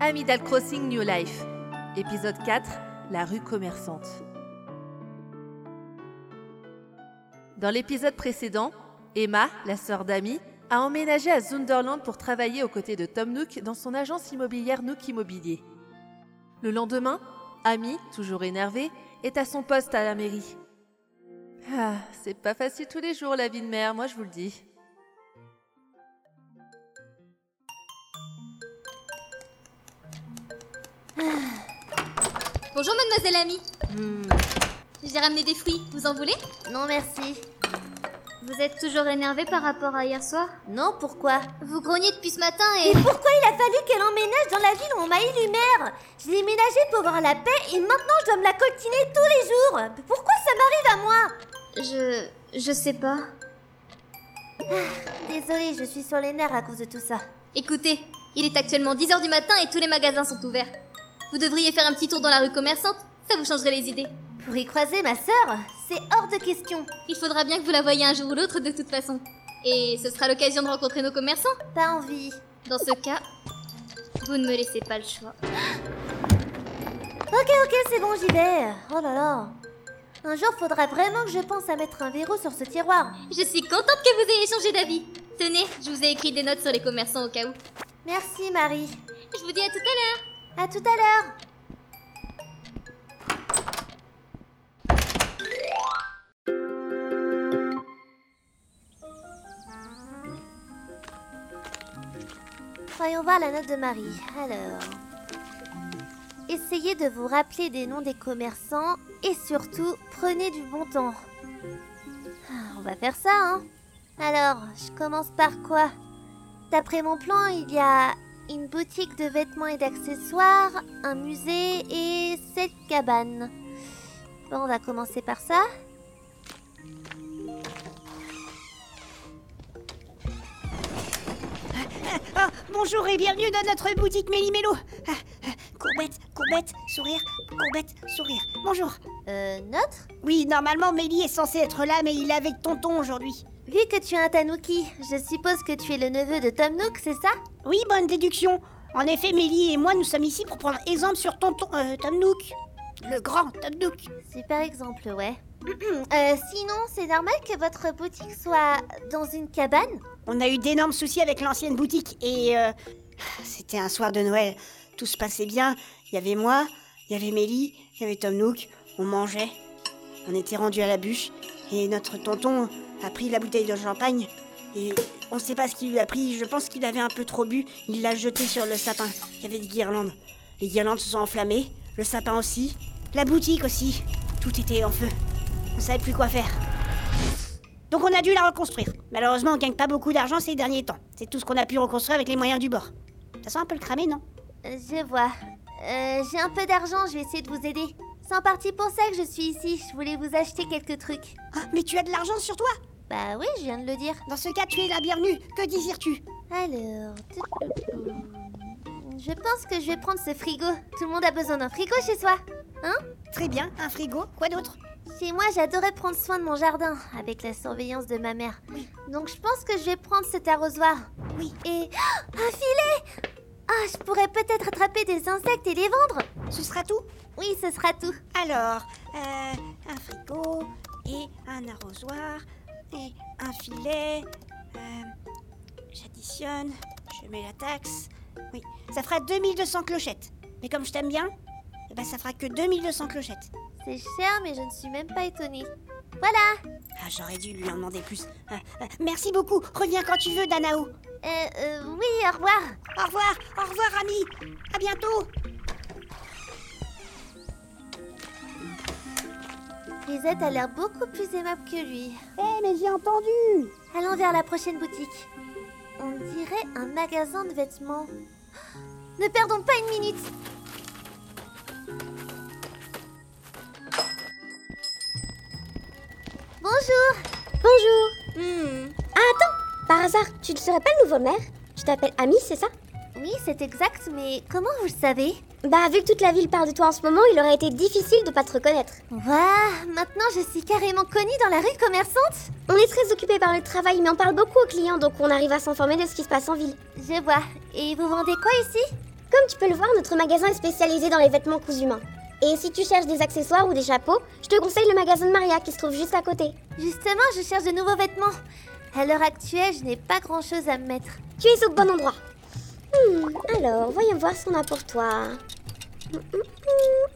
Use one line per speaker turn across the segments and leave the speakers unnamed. Amidal Crossing New Life, épisode 4, la rue commerçante. Dans l'épisode précédent, Emma, la sœur d'Amy, a emménagé à Zunderland pour travailler aux côtés de Tom Nook dans son agence immobilière Nook Immobilier. Le lendemain, Amy, toujours énervée, est à son poste à la mairie. Ah, c'est pas facile tous les jours la vie de mère, moi je vous le dis.
Bonjour mademoiselle Ami,
Hmm,
j'ai ramené des fruits, vous en voulez
non merci.
Vous êtes toujours énervé par rapport à hier soir
Non, pourquoi
Vous grognez depuis ce matin
Et
et...
pourquoi il a fallu qu'elle emménage dans la ville où on m'a élu maire J'ai déménagé pour avoir la paix et maintenant je dois me la coltiner tous les jours Mais Pourquoi ça m'arrive à moi
Je... je sais pas.
Désolée, je suis sur les nerfs à cause de tout ça.
Écoutez, il est actuellement 10h du matin et tous les magasins sont ouverts. Vous devriez faire un petit tour dans la rue commerçante, ça vous changerait les idées.
Pour y croiser ma sœur, c'est hors de question.
Il faudra bien que vous la voyiez un jour ou l'autre de toute façon. Et ce sera l'occasion de rencontrer nos commerçants.
Pas envie.
Dans ce cas, vous ne me laissez pas le choix.
Ok, ok, c'est bon, j'y vais. Oh là là. Un jour, faudra vraiment que je pense à mettre un verrou sur ce tiroir.
Je suis contente que vous ayez changé d'avis. Tenez, je vous ai écrit des notes sur les commerçants au cas où.
Merci, Marie.
Je vous dis à tout à l'heure.
À tout à l'heure. Voyons voir la note de Marie. Alors. Essayez de vous rappeler des noms des commerçants et surtout prenez du bon temps. Ah, On va faire ça, hein. Alors, je commence par quoi D'après mon plan, il y a une boutique de vêtements et d'accessoires, un musée et cette cabane. Bon, on va commencer par ça.
Ah, bonjour et bienvenue dans notre boutique Méli-Mélo. Ah, ah, Courbette, courbette, sourire, courbette, sourire. Bonjour.
Euh, notre
Oui, normalement Méli est censé être là, mais il est avec tonton aujourd'hui.
Vu que tu es un tanuki, je suppose que tu es le neveu de Tom Nook, c'est ça
Oui, bonne déduction. En effet, Méli et moi, nous sommes ici pour prendre exemple sur tonton euh, Tom Nook. Le grand Tom Nook.
Super exemple, ouais. Euh, sinon, c'est normal que votre boutique soit dans une cabane
On a eu d'énormes soucis avec l'ancienne boutique et euh, c'était un soir de Noël. Tout se passait bien. Il y avait moi, il y avait Mélie, il y avait Tom Nook. On mangeait. On était rendu à la bûche et notre tonton a pris la bouteille de champagne et on ne sait pas ce qu'il lui a pris. Je pense qu'il avait un peu trop bu. Il l'a jeté sur le sapin. Il y avait des guirlandes. Les guirlandes se sont enflammées. Le sapin aussi. La boutique aussi. Tout était en feu. On savait plus quoi faire. Donc on a dû la reconstruire. Malheureusement, on gagne pas beaucoup d'argent ces derniers temps. C'est tout ce qu'on a pu reconstruire avec les moyens du bord. Ça sent un peu le cramé, non
Euh, Je vois. Euh, J'ai un peu d'argent, je vais essayer de vous aider. C'est en partie pour ça que je suis ici, je voulais vous acheter quelques trucs.
Ah, mais tu as de l'argent sur toi
Bah oui, je viens de le dire.
Dans ce cas, tu es la bienvenue. Que désires-tu
Alors, Hmm, je pense que je vais prendre ce frigo. Tout le monde a besoin d'un frigo chez soi.
Très bien, un frigo, quoi d'autre
Chez moi, j'adorais prendre soin de mon jardin avec la surveillance de ma mère. Donc, je pense que je vais prendre cet arrosoir.
Oui.
Et Ah, un filet. Ah, je pourrais peut-être attraper des insectes et les vendre.
Ce sera tout
Oui, ce sera tout.
Alors, euh, un frigo et un arrosoir et un filet. Euh, J'additionne, je mets la taxe. Oui, ça fera 2200 clochettes. Mais comme je t'aime bien, eh ben ça fera que 2200 clochettes.
C'est cher, mais je ne suis même pas étonnée. Voilà.
Ah, j'aurais dû lui en demander plus. Ah, ah, merci beaucoup. Reviens quand tu veux, Danao.
Euh, euh, oui, au revoir.
Au revoir, au revoir, ami. À bientôt.
Lisette a l'air beaucoup plus aimable que lui.
Eh, mais j'ai entendu.
Allons vers la prochaine boutique. On dirait un magasin de vêtements. Ne perdons pas une minute. Bonjour.
Bonjour Ah, attends Par hasard, tu ne serais pas le nouveau maire Tu t'appelles Ami, c'est ça
Oui, c'est exact, mais comment vous le savez
Bah, vu que toute la ville parle de toi en ce moment, il aurait été difficile de pas te reconnaître.
Waouh, maintenant je suis carrément connue dans la rue commerçante.
On est très occupé par le travail, mais on parle beaucoup aux clients, donc on arrive à s'informer de ce qui se passe en ville.
Je vois. Et vous vendez quoi ici
Comme tu peux le voir, notre magasin est spécialisé dans les vêtements cousus main. Et si tu cherches des accessoires ou des chapeaux, je te conseille le magasin de Maria qui se trouve juste à côté.
Justement, je cherche de nouveaux vêtements. À l'heure actuelle, je n'ai pas grand-chose à me mettre.
Tu es au bon endroit. Hmm, alors, voyons voir ce qu'on a pour toi. Hum, hum,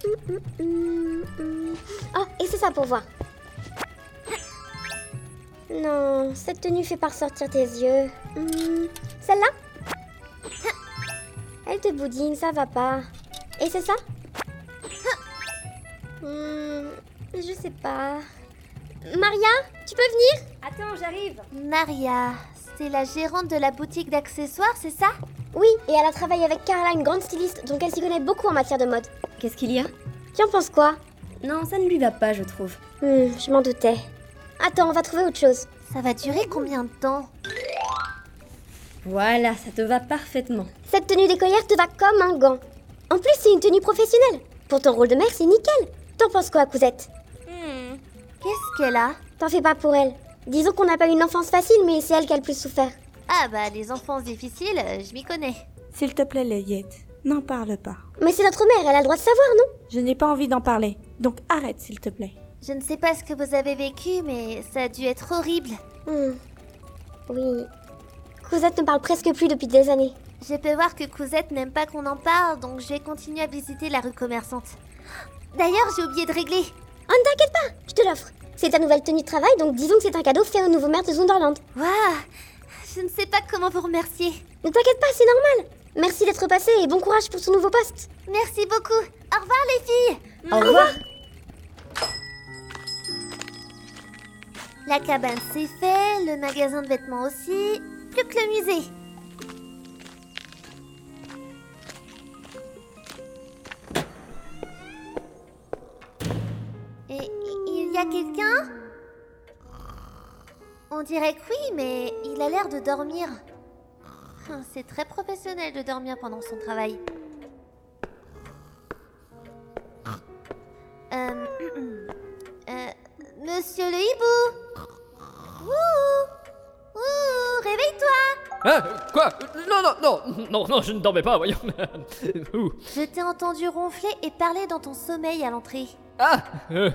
hum, hum, hum, hum. Oh, et c'est ça pour voir. Non, cette tenue fait pas ressortir tes yeux. Hum, Celle-là Elle te boudine, ça va pas. Et c'est ça Hum, Je sais pas. Maria, tu peux venir
Attends, j'arrive.
Maria, c'est la gérante de la boutique d'accessoires, c'est ça
Oui, et elle a travaillé avec Carla, une grande styliste, donc elle s'y connaît beaucoup en matière de mode.
Qu'est-ce qu'il y a
Tu en penses quoi
Non, ça ne lui va pas, je trouve.
Hmm, je m'en doutais. Attends, on va trouver autre chose.
Ça va durer combien de temps
Voilà, ça te va parfaitement.
Cette tenue d'écolière te va comme un gant. En plus, c'est une tenue professionnelle. Pour ton rôle de mère, c'est nickel. T'en penses quoi, cousette
Hmm. Qu'est-ce qu'elle a
T'en fais pas pour elle. Disons qu'on n'a pas eu une enfance facile, mais c'est elle qui a le plus souffert.
Ah bah, les enfances difficiles, euh, je m'y connais.
S'il te plaît, Layette, n'en parle pas.
Mais c'est notre mère, elle a le droit de savoir, non
Je n'ai pas envie d'en parler, donc arrête, s'il te plaît.
Je ne sais pas ce que vous avez vécu, mais ça a dû être horrible.
Hmm. Oui. Cousette ne parle presque plus depuis des années.
Je peux voir que Cousette n'aime pas qu'on en parle, donc je vais continuer à visiter la rue commerçante. D'ailleurs, j'ai oublié de régler.
Oh, ne t'inquiète pas, je te l'offre. C'est ta nouvelle tenue de travail, donc disons que c'est un cadeau fait au nouveau maire de Zunderland.
Waouh Je ne sais pas comment vous remercier.
Ne t'inquiète pas, c'est normal. Merci d'être passé et bon courage pour ton nouveau poste.
Merci beaucoup. Au revoir les filles
Au revoir
La cabane c'est fait, le magasin de vêtements aussi, plus que le musée. Et il y a quelqu'un On dirait que oui, mais il a l'air de dormir. Hum, C'est très professionnel de dormir pendant son travail. Euh, euh, Monsieur le hibou Ouh Ouh Réveille-toi
Hein Quoi Non, non, non Non, non, je ne dormais pas, voyons Ouh.
Je t'ai entendu ronfler et parler dans ton sommeil à l'entrée.
Ah euh,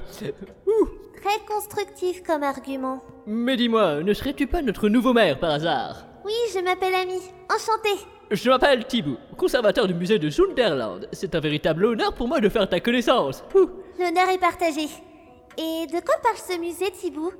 Ouh
Très constructif comme argument.
Mais dis-moi, ne serais-tu pas notre nouveau maire par hasard
Oui, je m'appelle Ami. Enchantée
Je m'appelle Thibaut, conservateur du musée de Sunderland. C'est un véritable honneur pour moi de faire ta connaissance. Ouh.
L'honneur est partagé. Et de quoi parle ce musée, Thibaut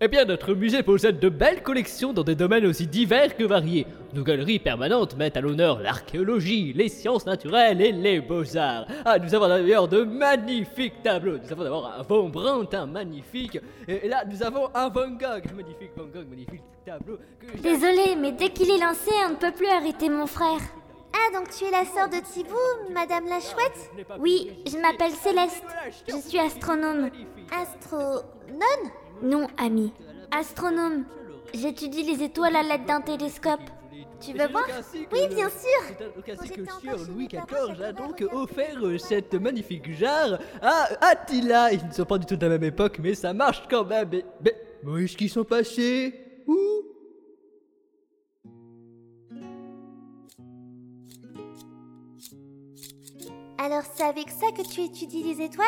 Eh bien, notre musée possède de belles collections dans des domaines aussi divers que variés. Nos galeries permanentes mettent à l'honneur l'archéologie, les sciences naturelles et les beaux-arts. Ah, nous avons d'ailleurs de magnifiques tableaux. Nous avons d'abord un Von Brandt, un magnifique. Et là, nous avons un Van Gogh, un magnifique Van Gogh, magnifique tableau. que j'ai-
Désolé, mais dès qu'il est lancé, on ne peut plus arrêter mon frère.
Ah, donc tu es la sœur de Thibaut, Madame la Chouette
Je n'ai pas
Oui,
pu
je
résister.
m'appelle Céleste.
Voilà,
Je suis astronome.
magnifique.
Astro... Non
Non, ami. Astronome. J'étudie les étoiles à l'aide d'un télescope.
Tu veux voir Oui, bien sûr
C'est un- ainsi
Quand
que
j'étais enfant,
Sieur
chez
Louis
mes parents,
XIV a
j'adorais
donc
regarder
offert euh, cette magnifique jarre à Attila. Ils ne sont pas du tout de la même époque, mais ça marche quand même. Mais, mais où est-ce qu'ils sont passés Où
Alors c'est avec ça que tu étudies les étoiles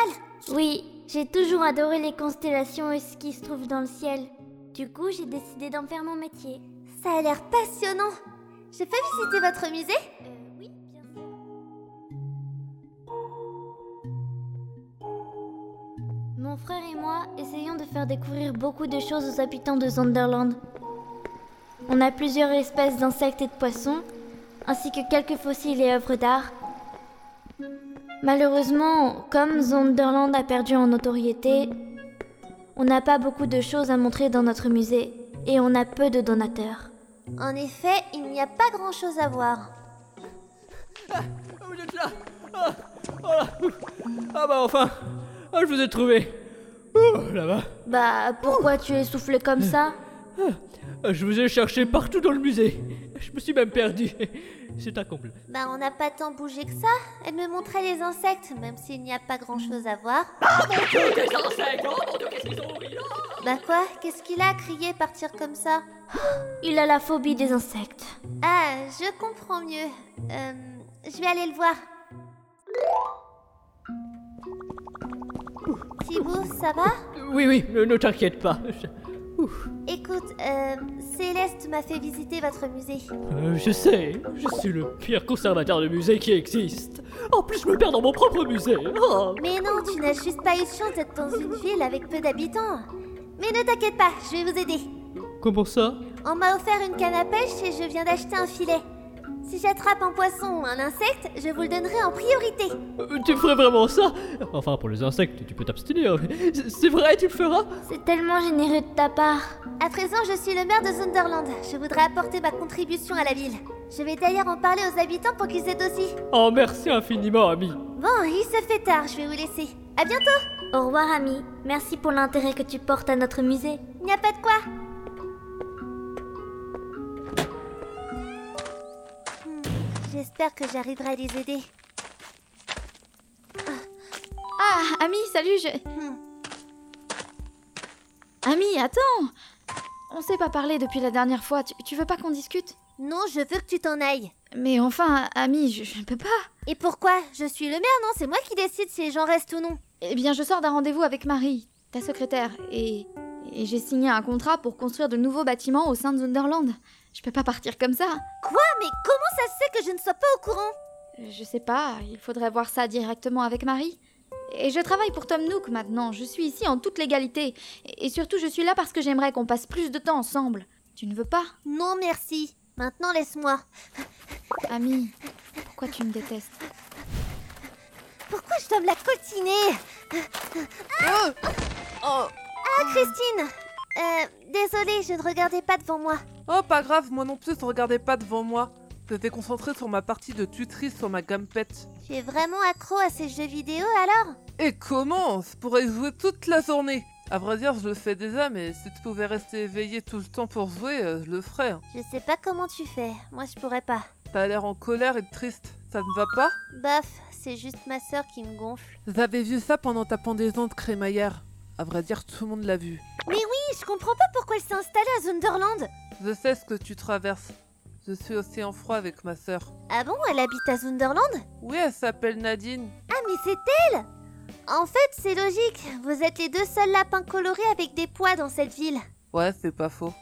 Oui, j'ai toujours adoré les constellations et ce qui se trouve dans le ciel. Du coup, j'ai décidé d'en faire mon métier.
Ça a l'air passionnant Je peux visiter votre musée
Euh, oui, bien sûr. Mon frère et moi essayons de faire découvrir beaucoup de choses aux habitants de Zonderland. On a plusieurs espèces d'insectes et de poissons, ainsi que quelques fossiles et œuvres d'art. Malheureusement, comme Zonderland a perdu en notoriété, on n'a pas beaucoup de choses à montrer dans notre musée et on a peu de donateurs.
En effet, il n'y a pas grand-chose à voir.
Ah, vous êtes là ah, oh là. Ah bah enfin Ah, Je vous ai trouvé Ouh, là-bas
Bah, pourquoi tu es soufflé comme ça
Ah, Je vous ai cherché partout dans le musée. Je me suis même perdu. C'est un comble.
Bah on n'a pas tant bougé que ça. Elle me montrait les insectes, même s'il n'y a pas grand-chose à voir.
Des insectes Oh mon dieu, qu'est-ce qu'ils sont horribles
Bah quoi Qu'est-ce qu'il a à crier partir comme ça
Il a la phobie des insectes.
Ah, je comprends mieux. Euh, Je vais aller le voir. Thibaut, ça va
Oui, oui, ne, ne t'inquiète pas. Je,
Écoute, euh, Céleste m'a fait visiter votre musée.
euh, je sais, je suis le pire conservateur de musée qui existe. En plus, je me perds dans mon propre musée. Oh.
Mais non, tu n'as juste pas eu de chance d'être dans une ville avec peu d'habitants. Mais ne t'inquiète pas, je vais vous aider.
Comment ça
On m'a offert une canne à pêche et je viens d'acheter un filet. Si j'attrape un poisson ou un insecte, je vous le donnerai en priorité.
Euh, Tu ferais vraiment ça Enfin, pour les insectes, tu peux t'abstenir. mais c'est- C'est vrai, tu le feras
C'est tellement généreux de ta part.
À présent, je suis le maire de Sunderland. Je voudrais apporter ma contribution à la ville. Je vais d'ailleurs en parler aux habitants pour qu'ils aident aussi.
Oh, merci infiniment, ami.
Bon, il se fait tard, je vais vous laisser. À bientôt
Au revoir, ami. Merci pour l'intérêt que tu portes à notre musée.
Il n'y a pas de quoi Hmm, J'espère que j'arriverai à les aider.
Ah, Ami, salut, je... Ami, attends On s'est pas parlé depuis la dernière fois, tu, tu veux pas qu'on discute
Non, je veux que tu t'en ailles.
Mais enfin, Ami, je, je peux pas
Et pourquoi Je suis le maire, non C'est moi qui décide si les gens restent ou non.
Eh bien, je sors d'un rendez-vous avec Marie, ta secrétaire, et... Et j'ai signé un contrat pour construire de nouveaux bâtiments au sein de Zunderland. Je peux pas partir comme ça.
Ah, mais comment ça se fait que je ne sois pas au courant
Euh, Je sais pas, il faudrait voir ça directement avec Marie. Et je travaille pour Tom Nook maintenant, je suis ici en toute légalité. Et et surtout, je suis là parce que j'aimerais qu'on passe plus de temps ensemble. Tu ne veux pas
Non, merci. Maintenant, laisse-moi.
Ami, pourquoi tu me détestes
Pourquoi je dois me la coltiner
Oh,
Ah, Christine Euh, désolée, je ne regardais pas devant moi.
oh, pas grave, moi non plus, ne regardez pas devant moi. J'étais concentré sur ma partie de tutrice sur ma gampette.
Tu es vraiment accro à ces jeux vidéo alors
Et comment Je pourrais jouer toute la journée. À vrai dire, je le fais déjà, mais si tu pouvais rester éveillé tout le temps pour jouer, euh, je le ferais. hein.
Je sais pas comment tu fais, moi je pourrais pas.
T'as l'air en colère et triste. Ça ne va pas
Bof, c'est juste ma sœur qui me gonfle.
J'avais vu ça pendant ta pendaison de crémaillère. À vrai dire, tout le monde l'a vu.
Oui, je comprends pas pourquoi elle s'est installée à Zunderland.
Je sais ce que tu traverses. Je suis aussi en froid avec ma sœur.
Ah bon, elle habite à Zunderland
Oui, elle s'appelle Nadine.
Ah mais c'est elle En fait, c'est logique, vous êtes les deux seuls lapins colorés avec des poids dans cette ville.
Ouais, c'est pas faux.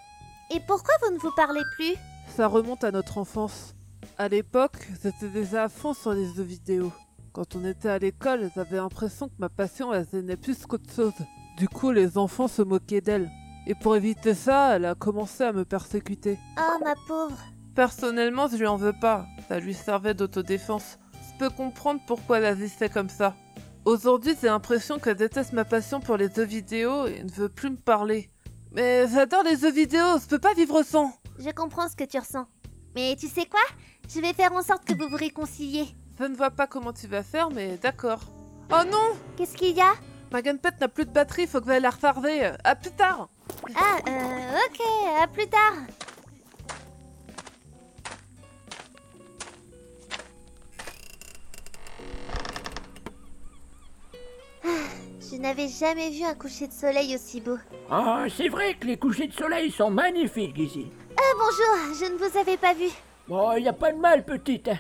Et pourquoi vous ne vous parlez plus
Ça remonte à notre enfance. À l'époque, j'étais déjà à fond sur les jeux vidéo. Quand on était à l'école, j'avais l'impression que ma passion elle gênait plus qu'autre chose. Du coup, les enfants se moquaient d'elle. Et pour éviter ça, elle a commencé à me persécuter.
Oh ma pauvre.
Personnellement, je lui en veux pas. Ça lui servait d'autodéfense. Je peux comprendre pourquoi elle agissait comme ça. Aujourd'hui, j'ai l'impression qu'elle déteste ma passion pour les jeux vidéo et ne veut plus me parler. Mais j'adore les jeux vidéo, je peux pas vivre sans.
Je comprends ce que tu ressens. Mais tu sais quoi Je vais faire en sorte que vous vous réconciliez.
Je ne vois pas comment tu vas faire, mais d'accord. Oh non
Qu'est-ce qu'il y a
Ma gunpet n'a plus de batterie, faut que j'aille la refarder. À plus tard
Ah, euh, ok, à plus tard. Ah, Je n'avais jamais vu un coucher de soleil aussi beau.
Ah, c'est vrai que les couchers de soleil sont magnifiques ici.
Ah bonjour, je ne vous avais pas vu.
Bon, y a pas de mal, petite. hein.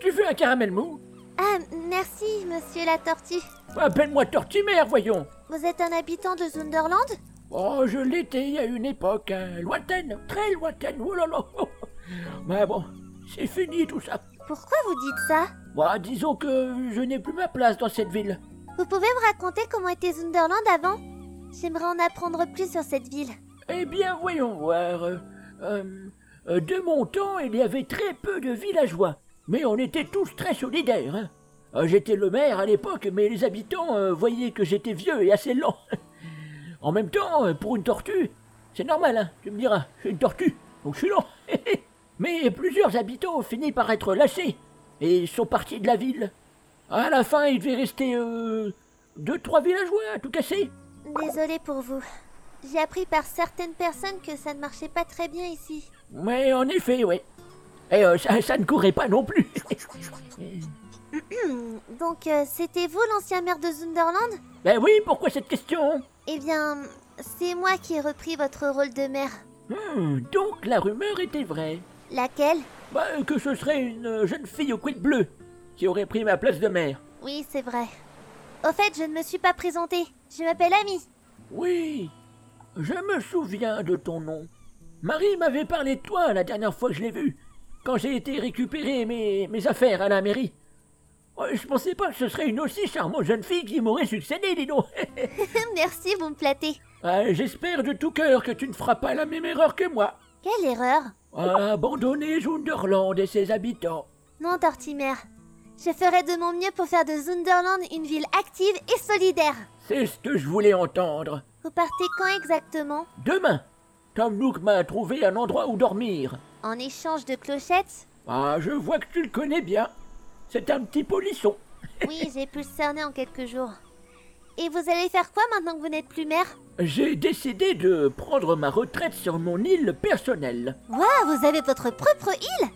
Tu veux un caramel mou
Ah, merci, monsieur la tortue.
Appelle-moi Tortimère, voyons.
Vous êtes un habitant de Zunderland
Oh, je l'étais à une époque hein, lointaine, très lointaine. Oh là là. Mais bon, c'est fini tout ça.
Pourquoi vous dites ça
Bah, disons que je n'ai plus ma place dans cette ville.
Vous pouvez me raconter comment était Zunderland avant J'aimerais en apprendre plus sur cette ville.
Eh bien, voyons voir. euh, euh, euh, de mon temps, il y avait très peu de villageois, mais on était tous très solidaires. hein. Euh, J'étais le maire à l'époque, mais les habitants euh, voyaient que j'étais vieux et assez lent. en même temps, euh, pour une tortue, c'est normal, hein, tu me diras, je suis une tortue, donc je suis lent. mais plusieurs habitants ont fini par être lâchés et sont partis de la ville. À la fin, il devait rester euh, deux, trois villageois à tout casser.
Désolée pour vous. J'ai appris par certaines personnes que ça ne marchait pas très bien ici.
Mais en effet, oui. Et euh, ça, ça ne courait pas non plus.
Donc, euh, c'était vous l'ancien maire de Zunderland
ben oui, pourquoi cette question
Eh bien, c'est moi qui ai repris votre rôle de maire.
Hmm, Donc la rumeur était vraie.
Laquelle
bah, euh, que ce serait une euh, jeune fille au quid bleu qui aurait pris ma place de mère.
Oui, c'est vrai. Au fait, je ne me suis pas présentée. Je m'appelle Ami.
Oui, je me souviens de ton nom. Marie m'avait parlé de toi la dernière fois que je l'ai vue, quand j'ai été récupérer mes, mes affaires à la mairie. Ouais, Je pensais pas que ce serait une aussi charmante jeune fille qui m'aurait succédé, dis donc.
Merci, vous me platez.
Ah, J'espère de tout cœur que tu ne feras pas la même erreur que moi.
Quelle erreur
Abandonner Zunderland et ses habitants.
Non, Tortimer. Je ferai de mon mieux pour faire de Zunderland une ville active et solidaire.
C'est ce que je voulais entendre.
Vous partez quand exactement
Demain, Tom Nook m'a trouvé un endroit où dormir.
En échange de clochettes
Ah, je vois que tu le connais bien. C'est un petit polisson.
Oui, j'ai pu le cerner en quelques jours. Et vous allez faire quoi maintenant que vous n'êtes plus maire
J'ai décidé de prendre ma retraite sur mon île personnelle.
Waouh, vous avez votre propre île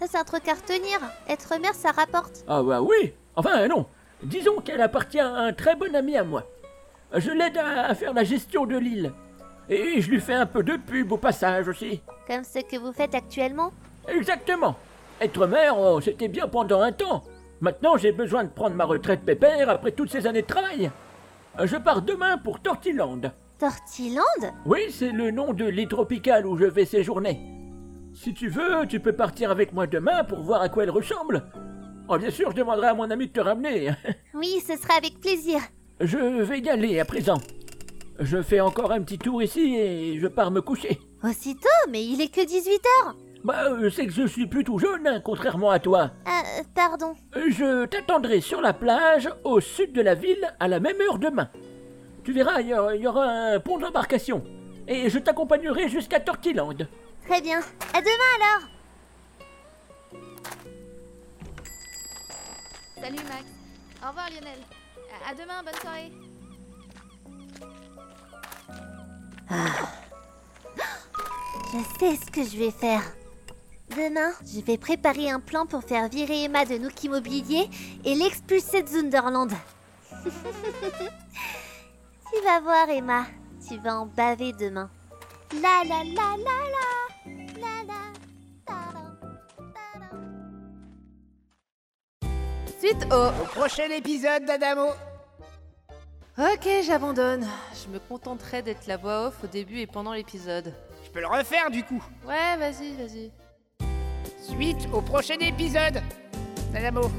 Ça, c'est un truc à retenir. Être maire, ça rapporte.
Ah bah oui Enfin non Disons qu'elle appartient à un très bon ami à moi. Je l'aide à, à faire la gestion de l'île. Et je lui fais un peu de pub au passage aussi.
Comme ce que vous faites actuellement.
Exactement Être maire, oh, c'était bien pendant un temps. Maintenant, j'ai besoin de prendre ma retraite pépère après toutes ces années de travail. Euh, Je pars demain pour Tortiland.
Tortiland
Oui, c'est le nom de l'île tropicale où je vais séjourner. Si tu veux, tu peux partir avec moi demain pour voir à quoi elle ressemble. Oh, bien sûr, je demanderai à mon ami de te ramener.
Oui, ce sera avec plaisir.
Je vais y aller à présent. Je fais encore un petit tour ici et je pars me coucher.
Aussitôt, mais il est que 18 heures.
Bah, euh, c'est que je suis plutôt jeune, hein, contrairement à toi.
Ah, euh, pardon.
Euh, Je t'attendrai sur la plage au sud de la ville à la même heure demain. Tu verras, il y aura- il y aura un pont d'embarcation. Et je t'accompagnerai jusqu'à Tortiland.
Très bien. À demain alors.
Salut Max. Au revoir Lionel. À- à demain, bonne soirée.
Je sais ce que je vais faire. Demain, je vais préparer un plan pour faire virer Emma de Nook Immobilier et l'expulser de Zunderland. tu vas voir, Emma. Tu vas en baver demain. La la la la la la la.
Suite au...
Au prochain épisode d'Adamo
Ok, j'abandonne. Je me contenterai d'être la voix off au début et pendant l'épisode.
Je peux le refaire du coup
Ouais, vas-y, vas-y.
Suite au prochain épisode d'Adamo